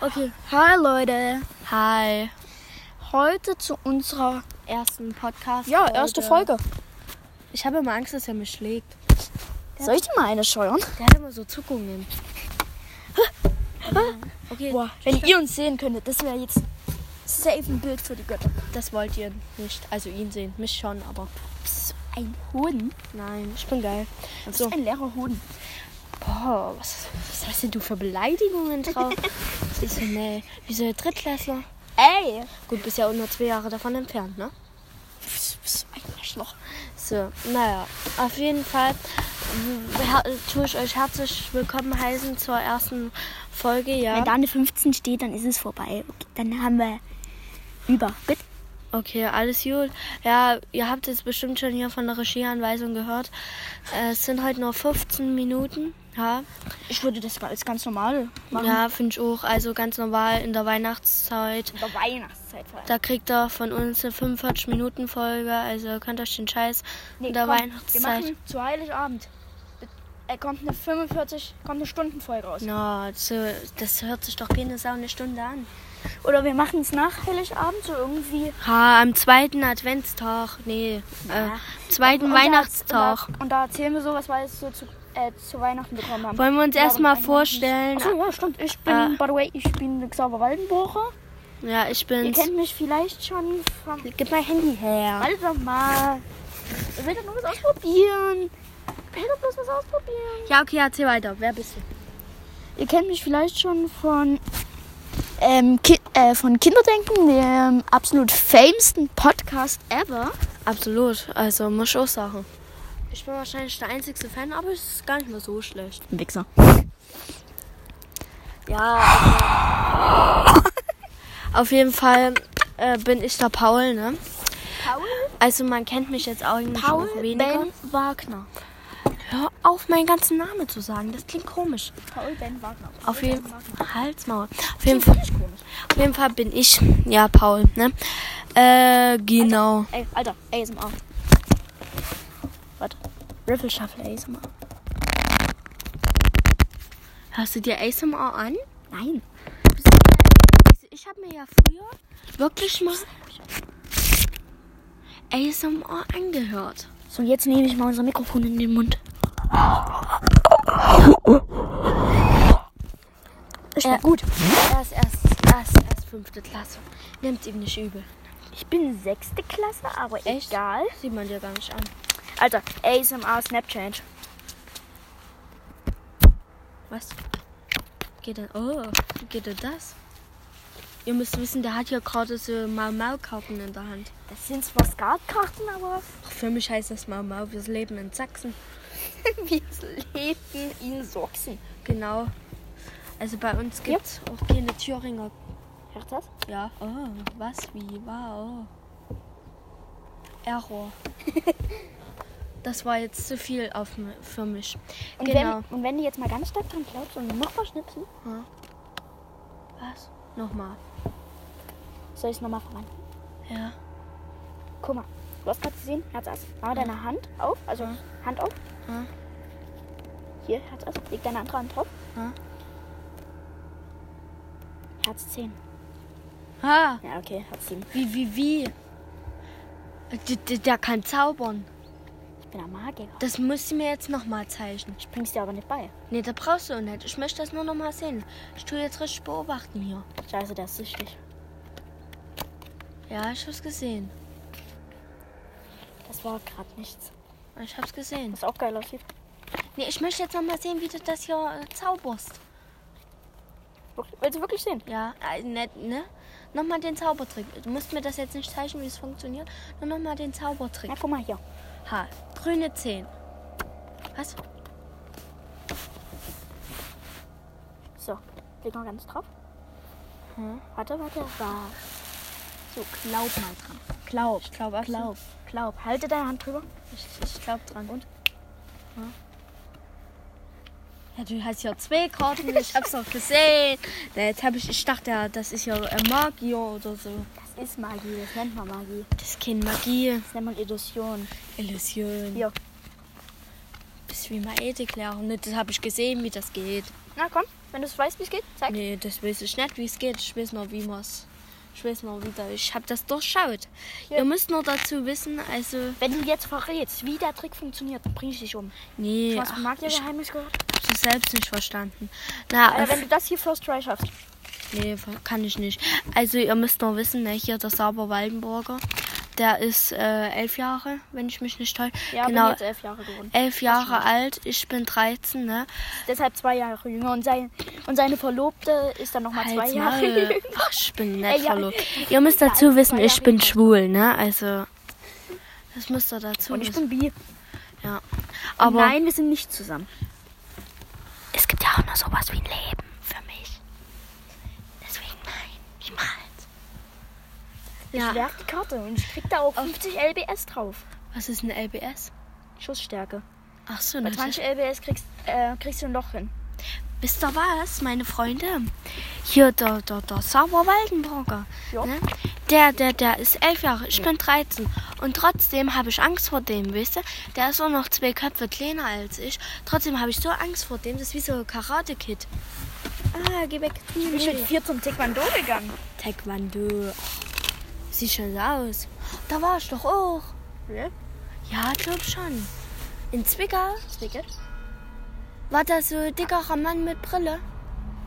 Okay, hi Leute. Hi. Heute zu unserer Ersten Podcast. ja, erste Folge. Ich habe immer Angst, dass er mich schlägt. Soll ich dir mal eine scheuern? Der hat immer so Zuckungen. Okay, Boah, wenn ihr uns sehen könntet, das wäre jetzt safe ein Bild für die Götter. das wollt ihr nicht. Also ihn sehen. Mich schon, aber. Bist du ein Hoden? Nein, ich bin geil. So. So. Ein leerer Hoden. Boah, was, was hast denn du für Beleidigungen drauf? ich so, nee. Wie so ein Drittklässler. Ey! Gut, bist ja auch nur zwei Jahre davon entfernt, ne? Bist bist du ein Arschloch. So, naja, auf jeden Fall w- her- tue ich euch herzlich willkommen heißen zur ersten Folge, Wenn da ja. eine 15 steht, dann ist es vorbei. Okay, dann haben wir über. Bitte? Okay, alles gut. Ja, ihr habt jetzt bestimmt schon hier von der Regieanweisung gehört. Äh, es sind heute nur 15 Minuten, ja. Ich würde das als ganz normal Ja, finde ich auch. Also ganz normal in der Weihnachtszeit. Über Weihnachtszeit vor allem. Da kriegt ihr von uns eine 45-Minuten-Folge. Also könnt euch den Scheiß in der komm, Weihnachtszeit. Wir machen zu Heiligabend. Er kommt eine 45, kommt eine Stundenfolge raus. Na, so, das hört sich doch keine Sau eine Stunde an. Oder wir machen es nach Heiligabend, so irgendwie. Ha, am zweiten Adventstag, nee, Ja. äh, zweiten Und da- Weihnachtstag. Und da, und da erzählen wir so, was wir jetzt so zu, äh, zu Weihnachten bekommen haben. Wollen wir uns Ja, erstmal aber- vorstellen? Achso, ja, stimmt. Ich bin, Ah. by the way, ich bin Xaver Waldenbocher. Ja, ich Ihr bin's. kennt mich vielleicht schon vom. Gib mein Handy her. Warte doch mal. Ich will doch nur was ausprobieren. Ich will doch bloß was ausprobieren. Ja, okay, erzähl weiter. Wer bist du? Ihr kennt mich vielleicht schon von, ähm, Ki äh, von Kinderdenken, dem absolut famesten Podcast ever. Absolut, also muss ich auch sagen. Ich bin wahrscheinlich der einzigste Fan, aber es ist gar nicht mehr so schlecht. Ein Wichser. Ja, also, auf jeden Fall äh, bin ich der Paul, ne? Paul, Also man kennt mich jetzt eigentlich Paul auch weniger. Ben Wagner. Hör auf, meinen ganzen Namen zu sagen, das klingt komisch. Paul Ben Wagner. Auf jeden Fall. Halsmaul. Auf jeden Fall. Finde ich komisch. Auf jeden Fall bin ich, ja, Paul, ne? Äh, genau. Ey, Alter, ASMR. Warte. Riffle Shuffle ASMR. Hast du dir ASMR an? Nein. Also ich habe mir ja früher wirklich mal ASMR angehört. So, jetzt nehme ich mal unser Mikrofon in den Mund. Ich bin gut. Er ist erst, erst, erst fünfte Klasse. Nehmt ihm nicht übel. Ich bin sechste Klasse, aber Echt? egal. Sieht man dir gar nicht an. Alter, ASMR Snapchat. Was? Geht denn, oh, wie geht denn das? Ihr müsst wissen, der hat hier gerade so Mau-Mau-Karten in der Hand. Das sind zwar Skatkarten, aber Für mich heißt das Mau-Mau, wir leben in Sachsen. wir leben in Sachsen. Genau. Also bei uns gibt's auch keine Thüringer. Hört das? Ja. Oh, was wie? Wow. Error. das war jetzt zu viel auf, m- für mich. Und, genau. wenn, und wenn du jetzt mal ganz stark dran glaubst und nochmal schnipsen, Was? Nochmal. soll ich es nochmal verwandeln? Ja. Guck mal, du hast gerade gesehen, Herz Ass. Mach deine Hand auf, also Hand auf. Ja. Hier, Herz Ass. Leg deine andere Hand drauf. Ja. Herz 10. Ha! Ja, okay, Herz 7. Wie, wie, wie? D -d der kann zaubern. Ich bin ein Magier. Das musst du mir jetzt nochmal zeichnen. Ich bring's dir aber nicht bei. Nee, da brauchst du nicht. Ich möchte das nur nochmal sehen. Ich tue jetzt richtig beobachten hier. Scheiße, der ist süchtig. Ja, ich hab's gesehen. Das war gerade nichts. Ich hab's gesehen. Was auch geil aussieht. Nee, ich möchte jetzt nochmal sehen, wie du das hier äh, zauberst. Wirklich- Willst du wirklich sehen? Ja, äh, nett, ne? Nochmal den Zaubertrick. Du musst mir das jetzt nicht zeichnen, wie es funktioniert. Nur nochmal den Zaubertrick. Na, guck mal hier. Ha, grüne 10. Was? So, leg mal ganz drauf. Hm? Warte, warte. Da. So, glaub mal dran. Glaub. Ich glaube, Glaub. Glaub. Halte deine Hand drüber. Ich, ich glaube dran. Und? Ja, du hast ja zwei Karten, ich hab's auch gesehen. Na, jetzt hab ich, ich dachte ja, das ist ja ein Magier oder so. Das ist Magie. Das nennt man Magie. Das ist keine Magie. Das nennt man Illusion. Illusion. Hier. Bist wie meine Ethiklehrerin. Ne, Das habe ich gesehen, wie das geht. Na komm, wenn du es weißt, wie es geht, zeig. Nee, das weiß ich nicht, wie es geht. Ich weiß noch, wie man es. Ich weiß noch wieder. Ich hab das durchschaut. Ja. Ihr müsst nur dazu wissen, also. Wenn du jetzt verrätst, wie der Trick funktioniert, dann bring ich dich um. Nee, Du hast ach, vom Magier ich Äh, Geheimnis gehört? hab das selbst nicht verstanden. Na, Alter, äh, wenn du das hier first try schaffst. nee, kann ich nicht. Also, ihr müsst nur wissen, ne, hier der Sauber Waldenburger, der ist äh, elf Jahre, wenn ich mich nicht täusche. Ja, genau. bin jetzt elf Jahre geworden. elf Jahre alt, ich bin 13, ne? Deshalb zwei Jahre jünger. Und, sein, und seine Verlobte ist dann nochmal zwei Halt's Jahre Maul. jünger. Ach, ich bin Ey, nett ja. verlobt. Ihr müsst dazu wissen, ich bin schwul, ne? Also, das müsst ihr dazu Und ich wissen. bin bi. Ja. Aber Nein, wir sind nicht zusammen. es gibt ja auch noch sowas wie ein Leben für mich. Deswegen nein, niemals. Ich Ja. werf die Karte und ich krieg da auch 50 LBS drauf. Was ist ein LBS? Schussstärke. Ach so, Bei ne. 20 LBS kriegst, äh, kriegst du ein Loch hin. Wisst ihr was, meine Freunde? Hier, der, der, der Sauber Waldenburger. Ja. Ne? Der, der, der ist elf Jahre, ich bin 13. Und trotzdem habe ich Angst vor dem, weißt du? Der ist auch noch zwei Köpfe kleiner als ich. Trotzdem habe ich so Angst vor dem, das ist wie so ein Karate-Kid. Ah, geh weg. Ich bin mit 4 zum Taekwondo gegangen. Taekwondo. Sieht schon so aus. Da war ich doch auch. Ja? Ja, glaub schon. In Zwickau Zwicke? war da so ein dickerer Mann mit Brille.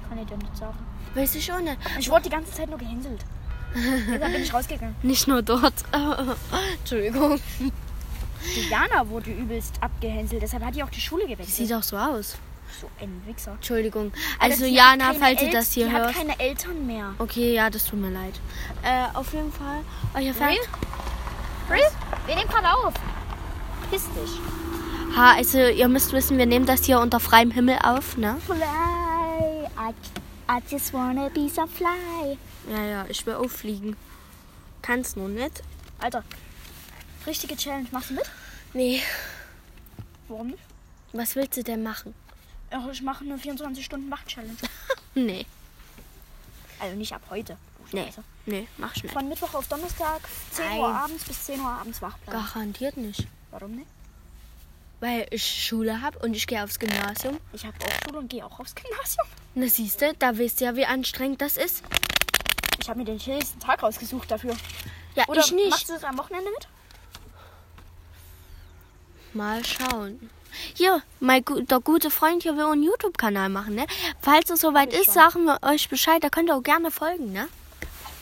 Kann ich dir nicht sagen. Weiß ich auch nicht. Ich wurde die ganze Zeit nur gehänselt. Deshalb bin ich rausgegangen. Nicht nur dort. Entschuldigung. Die Jana wurde übelst abgehänselt. Deshalb hat die auch die Schule gewechselt. Sieht auch so aus. So ein Wichser. Entschuldigung. Also Die hat Jana, keine falls ihr El- das hier die hört. hat keine Eltern mehr. Okay, ja, das tut mir leid. Äh, auf jeden Fall. Euer Fan. Real? Real? Wir nehmen gerade auf. Piss dich. Ha, also ihr müsst wissen, wir nehmen das hier unter freiem Himmel auf, ne? Fly. I, I just wanna be so fly. Ja, ja, ich will auffliegen. Kann's nur nicht. Alter. Richtige Challenge. Machst du mit? Nee. Warum nicht? Was willst du denn machen? Ach, Ich mache eine 24-Stunden-Wacht-Challenge. Nee. Also nicht ab heute. Nee. Nee, mach schnell. Von Mittwoch auf Donnerstag, 10 Uhr Nein. abends bis 10 Uhr abends wach bleiben. Garantiert nicht. Warum nicht? Weil ich Schule hab und ich gehe aufs Gymnasium. Ich habe auch Schule und gehe auch aufs Gymnasium. Na siehst du, da weißt du ja, wie anstrengend das ist. Ich habe mir den schönsten Tag rausgesucht dafür. Ja, Oder ich nicht. machst du das am Wochenende mit? Mal schauen. Hier, mein gu- der gute Freund hier will einen YouTube-Kanal machen, ne? Falls es soweit ist, sagen wir euch Bescheid. Da könnt ihr auch gerne folgen, ne?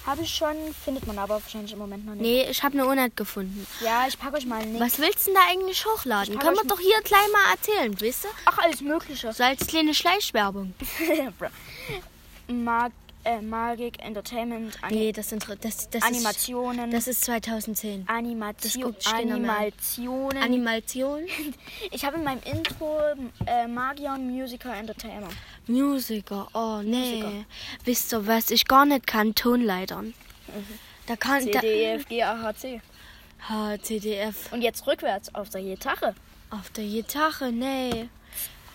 Habe ich schon, findet man aber wahrscheinlich im Moment noch nicht. Nee, ich habe eine Unart gefunden. Ja, ich packe euch mal einen Link. Was willst du denn da eigentlich hochladen? Ich kann Können euch wir doch hier gleich mal erzählen, wisst ihr? Ach, alles Mögliche. So als kleine Schleichwerbung. Bro. Mag, äh, Magik, Entertainment, Ani Nee, das sind das, das ist Animationen. das ist 2010. Das Animation, guckt keiner mehr an. Animationen. Animation, ich habe in meinem Intro äh, Magier und Musiker Entertainer. Musiker. Oh nee. Musiker. Wisst ihr, was ich gar nicht kann? Tonleitern. Da kann Mhm. C, da, D, E, F, G, A, H, C. H, CDF Und jetzt rückwärts auf der Gitarre. auf der Gitarre. Nee.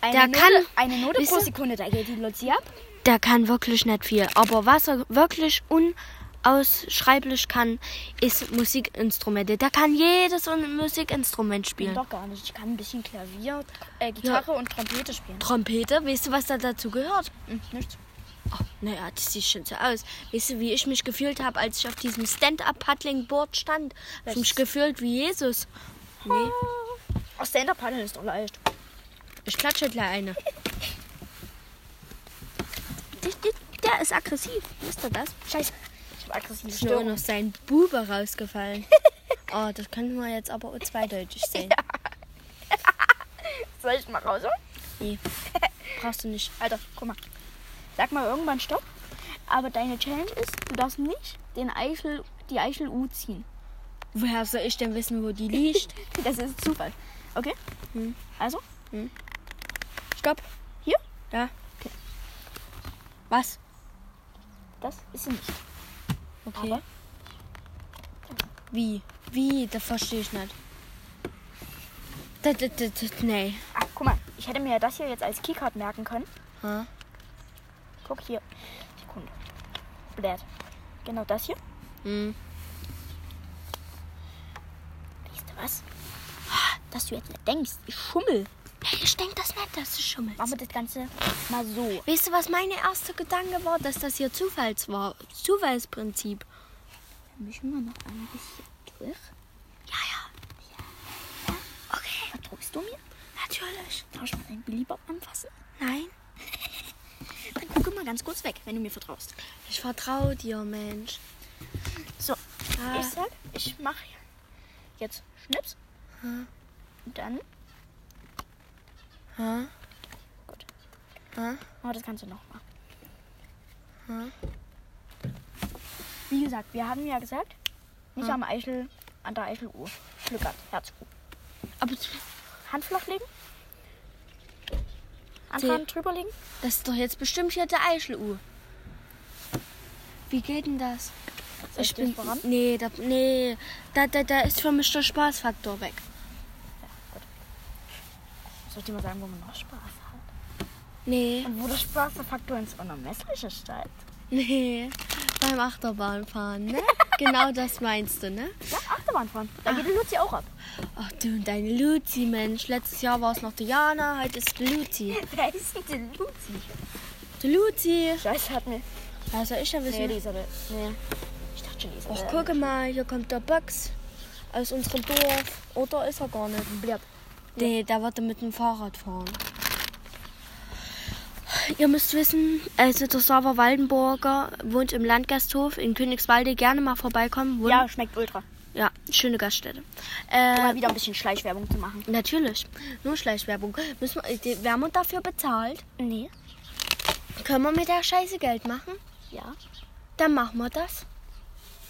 Eine Da Note, kann- eine Note Wisst pro ihr- Sekunde, da geht die Luzi ab. Der kann wirklich nicht viel. Aber was er wirklich unausschreiblich kann, ist Musikinstrumente. Der kann jedes Un- Musikinstrument Ich spielen. Doch gar nicht. Ich kann ein bisschen Klavier, äh, Gitarre und Trompete spielen. Trompete, weißt du, was da dazu gehört? Hm, nichts. Oh, naja, das sieht schon so aus. Weißt du, wie ich mich gefühlt habe, als ich auf diesem Stand-Up-Paddling-Board stand? Ich habe mich gefühlt wie Jesus. Nee, Ach, Stand-Up-Paddeln ist doch leicht. ich klatsche gleich eine. Der, der, der ist aggressiv, wisst ihr das? Scheiße. Ich habe aggressive Ist nur Störung. noch sein Bube rausgefallen. Oh, das können wir jetzt aber auch zweideutig sehen. Soll ich mal raus? Nee, brauchst du nicht. Alter, guck mal. Sag mal irgendwann Stopp. Aber deine Challenge ist, du darfst nicht den Eichel, die Eichel U ziehen. Woher soll ich denn wissen, wo die liegt? Das ist Zufall. Okay? Hm. Also, Stopp. hier, Da. Was? das ist sie nicht. Okay. Aber- Wie? Wie? Das verstehe ich nicht. Das, das, das, das, nee. Ach, ah, guck mal, ich hätte mir ja das hier jetzt als Keycard merken können. Ha? Guck hier. Sekunde. Blät. Genau das hier. Hm. Weißt du was? Ah, Dass du jetzt nicht denkst, ich schummel. Nee, ich denke das nicht, dass du schummelst. Machen wir das Ganze mal so. Weißt du, was mein erster Gedanke war? Dass das hier Zufalls war. Zufallsprinzip. Mischen wir noch ein bisschen durch. Ja, ja. Okay, Verdruckst du mir? natürlich. Darf ich mal deinen Billybob anfassen? Nein. Dann gucke mal ganz kurz weg, wenn du mir vertraust. Ich vertraue dir, Mensch. So, Ah. ich sag, ich mache jetzt Schnips. Hm. Und dann Hä? Gut. Hä? machen wir Oh, das Ganze nochmal. Wie gesagt, wir haben ja gesagt, nicht am Eichel, an der Eicheluhr. Glückert, Herz. Aber Hand flach legen. Andere Die- Hand drüber legen. das ist doch jetzt bestimmt hier der Eicheluhr. Wie geht denn das? Soll ich dir voran? Nee, da, nee da, da, da ist für mich der Spaßfaktor weg. Soll ich dir mal sagen, wo man noch Spaß hat? Nee. Und wo der Spaßfaktor ins Unermessliche steigt. Nee. Beim Achterbahnfahren, ne? genau das meinst du, ne? Ja, Achterbahn fahren. Da geht die Luzi auch ab. Ach du und deine Luzi, Mensch. Letztes Jahr war es noch Diana, heute ist die Luzi. Wer ist denn die Luzi? Die Luzi. Scheiße, hat mir. Also ich ja Nee, wissen. Elisabeth. Nee. Ich dachte schon Elisabeth. Ach, guck mal, hier kommt der Box aus unserem Dorf. Oder ist er gar nicht? Blöd. Nee, der wollte mit dem Fahrrad fahren. Ihr müsst wissen, also der Server Waldenburger wohnt im Landgasthof in Königswalde. Gerne mal vorbeikommen. Wohnt- Ja, schmeckt ultra. ja, schöne Gaststätte. Um Äh, mal wieder ein bisschen Schleichwerbung zu machen. natürlich, nur Schleichwerbung. Müssen wir, die- werden wir dafür bezahlt? Nee. Können wir mit der Scheiße Geld machen? Ja. Dann machen wir das.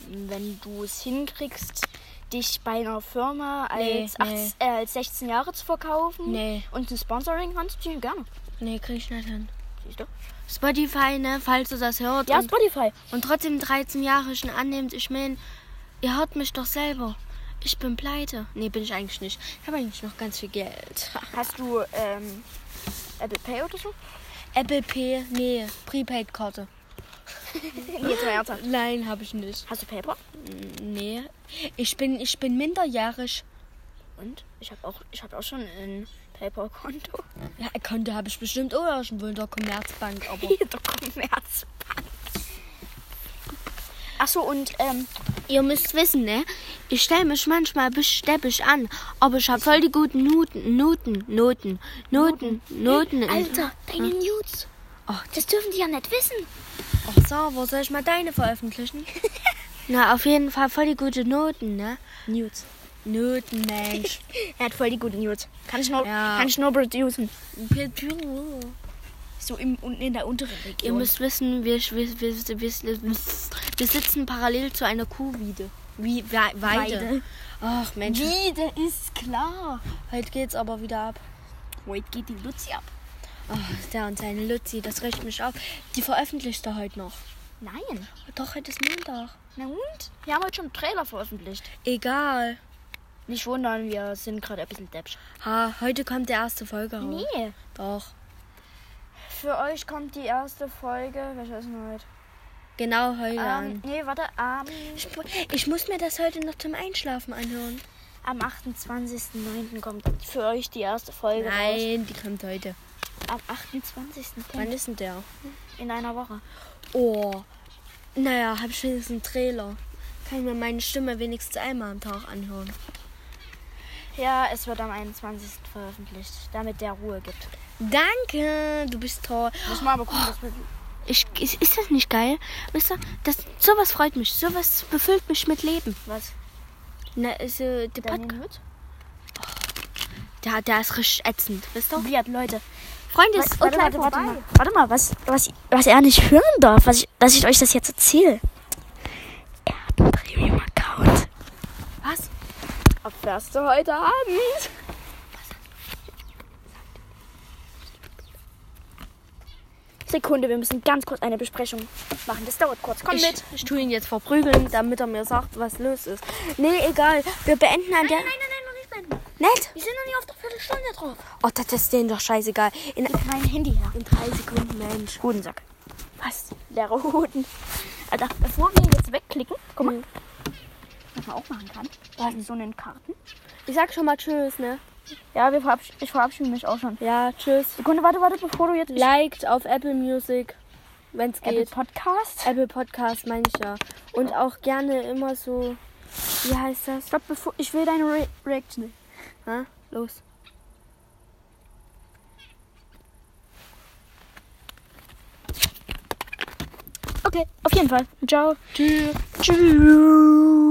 Wenn du es hinkriegst, dich bei einer Firma Nee, als, 18, äh, als 16 Jahre zu verkaufen Nee. und ein Sponsoring kannst, ja, gerne. Nee, krieg ich nicht hin. Siehst du? Spotify, ne, falls du das hört. Ja, und- Spotify. Und trotzdem 13 Jahre schon annehmt, ich mein, ihr hört mich doch selber. Ich bin pleite. Nee, bin ich eigentlich nicht. Ich habe eigentlich noch ganz viel Geld. Hast du ähm, Apple Pay oder so? Apple Pay, nee, Prepaid-Karte. nee, jetzt mal ernsthaft. Nein, habe ich nicht. Hast du PayPal? Nee, ich bin, ich bin minderjährig. Und? Ich habe auch, ich hab auch schon ein PayPal-Konto. Ja, Konto habe ich bestimmt auch irgendwo in der Commerzbank, aber... Hier, der Commerzbank. Achso, und ähm, Ihr müsst wissen, ne? Ich stelle mich manchmal besteppisch an, aber ich habe voll die guten Noten, Noten, Noten, Noten, Noten. in- Alter, deine Nudes. Ach, Das dürfen die ja nicht wissen. Ach so, wo soll ich mal deine veröffentlichen? Na, auf jeden Fall voll die gute Noten, ne? Nudes. Noten, Mensch. Er hat voll die guten Nudes. Kann ich nur, Ja. kann ich nur producen. Ihr So im, unten in der unteren Region. müsst wissen, wir, wir, wir, wir, wir sitzen parallel zu einer Kuhwiede. Wie, We Weide. Weide. Ach, Mensch. Wie, der ist klar. Heute geht's aber wieder ab. Heute geht die Luzi ab. Ach, der und seine Lutzi, das riecht mich auf. Die veröffentlicht er heute noch. Nein. Doch, heute ist Montag. Na und? Wir haben heute schon einen Trailer veröffentlicht. Egal. Nicht wundern, wir sind gerade ein bisschen deppsch. Ha, heute kommt die erste Folge raus. Nee. Doch. Für euch kommt die erste Folge. Welche ist denn heute? Genau heute. Ähm, an. nee, warte. Am, Ich, ich muss mir das heute noch zum Einschlafen anhören. am 28.09. kommt für euch die erste Folge raus. Nein, die kommt heute. Am 28. Wann ist denn der? In einer Woche. Oh. Naja, hab ich wenigstens einen Trailer. Kann ich mir meine Stimme wenigstens einmal am Tag anhören. Ja, es wird am 21. veröffentlicht, damit der Ruhe gibt. Danke, du bist toll. Muss mal aber gucken, dass wir... Ich, ist, ist das nicht geil? Wisst ihr, das, sowas freut mich. Sowas befüllt mich mit Leben. Was? Na, ist, äh, der, Deine Pod Nudes? Oh, der, der ist richtig ätzend, wisst ihr? Probiert, Leute. Freunde, Was, ist warte, gleich warte, warte vorbei. mal. Warte mal, was, was, was er nicht hören darf, was ich, dass ich euch das jetzt erzähle. Er hat einen Premium-Account. Was? Erfährst du heute Abend? Sekunde, wir müssen ganz kurz eine Besprechung machen. Das dauert kurz. Komm Ich, mit. ich tue ihn jetzt verprügeln, damit er mir sagt, was los ist. Nee, egal. Wir beenden an der. nein, noch nicht beenden. Nett? Wir sind noch nicht auf der Viertelstunde drauf. Oh, das ist denen doch scheißegal. In, Gib mein Handy her. in drei Sekunden, Mensch. Hodensack. Was? Leere Hoden. Alter, bevor wir jetzt wegklicken, guck mal, was man auch machen kann. Da hast du so einen Karten. Ich sag schon mal Tschüss, ne? Ja, wir verabsch ich verabschiede mich auch schon. Ja, tschüss. Sekunde, warte, warte, bevor du jetzt Liked auf Apple Music, wenn es Apple geht. Podcast. Apple Podcast meine ich ja. Und auch gerne immer so. Wie heißt das? Ich glaube, bevor ich will deine Re Reaction. Hä? Los. Okay, auf jeden Fall. Ciao. Tschüss. Tschüss.